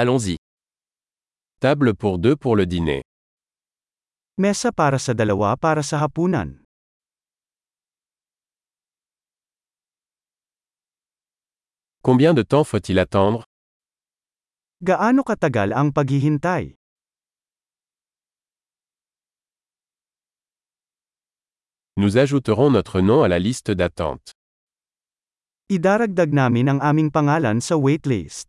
Allons-y. Table pour deux pour le dîner. Mesa para sa dalawa para sa hapunan. Combien de temps faut-il attendre Gaano katagal ang paghihintay? Nous ajouterons notre nom à la liste d'attente. Idaragdag namin ang aming pangalan sa waitlist.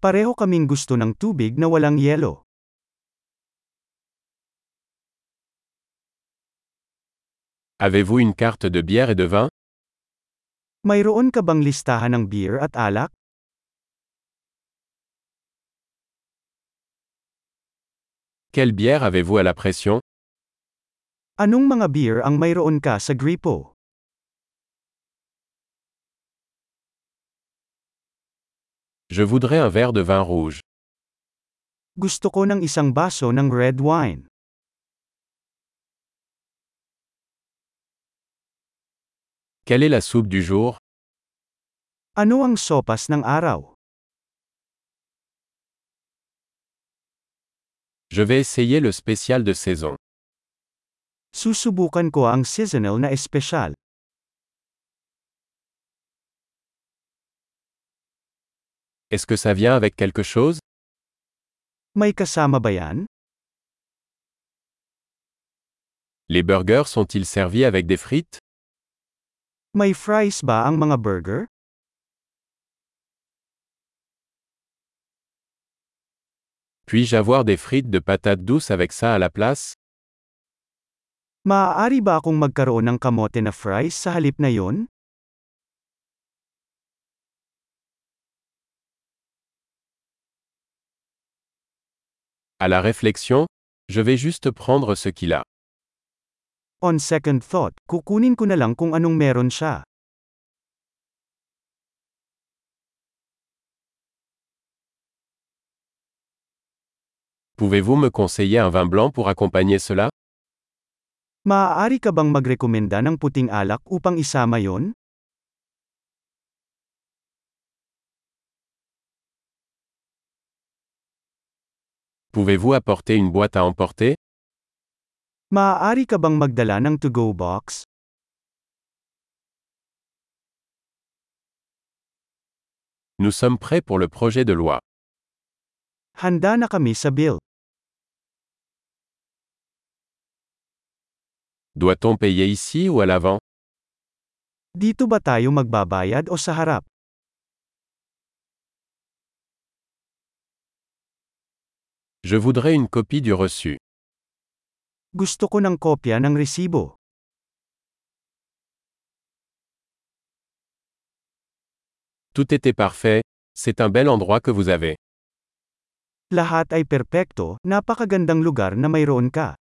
Pareho kaming gusto ng tubig na walang yelo. Avez-vous une carte de bière et de vin Mayroon ka bang listahan ng beer at alak? Quelle bière avez-vous à la pression Anong mga beer ang mayroon ka sa gripo? Je voudrais un verre de vin rouge. Gusto ko ng isang baso ng red wine. Quelle est la soupe du jour Ano ang sopas ng araw? Je vais essayer le spécial de saison. Susubukan ko ang seasonal na espesyal. Est-ce que ça vient avec quelque chose May kasama ba yan? Les burgers sont-ils servis avec des frites May fries ba ang mga burger? Puis-je avoir des frites de patates douces avec ça à la place Maaari ba akong magkaroon ng kamote na fries sa halip na yon? À la réflexion, je vais juste prendre ce qu'il a. On second thought, kukunin ko na lang kung anong meron siya. Pouvez-vous me conseiller un vin blanc pour accompagner cela Maaari ka bang magrekomenda ng puting alak upang isama yon? Pouvez-vous apporter une boîte à emporter Maaari ka bang magdala ng to-go box? Nous sommes prêts pour le projet de loi. Handa na kami sa bill. Doit-on payer ici ou à l'avant Dito ba tayo magbabayad o sa harap? Je voudrais une copie du reçu. Gusto ko ng kopya ng resibo. Tout était parfait, c'est un bel endroit que vous avez. Lahat ay perpekto, napakagandang lugar na mayroon ka.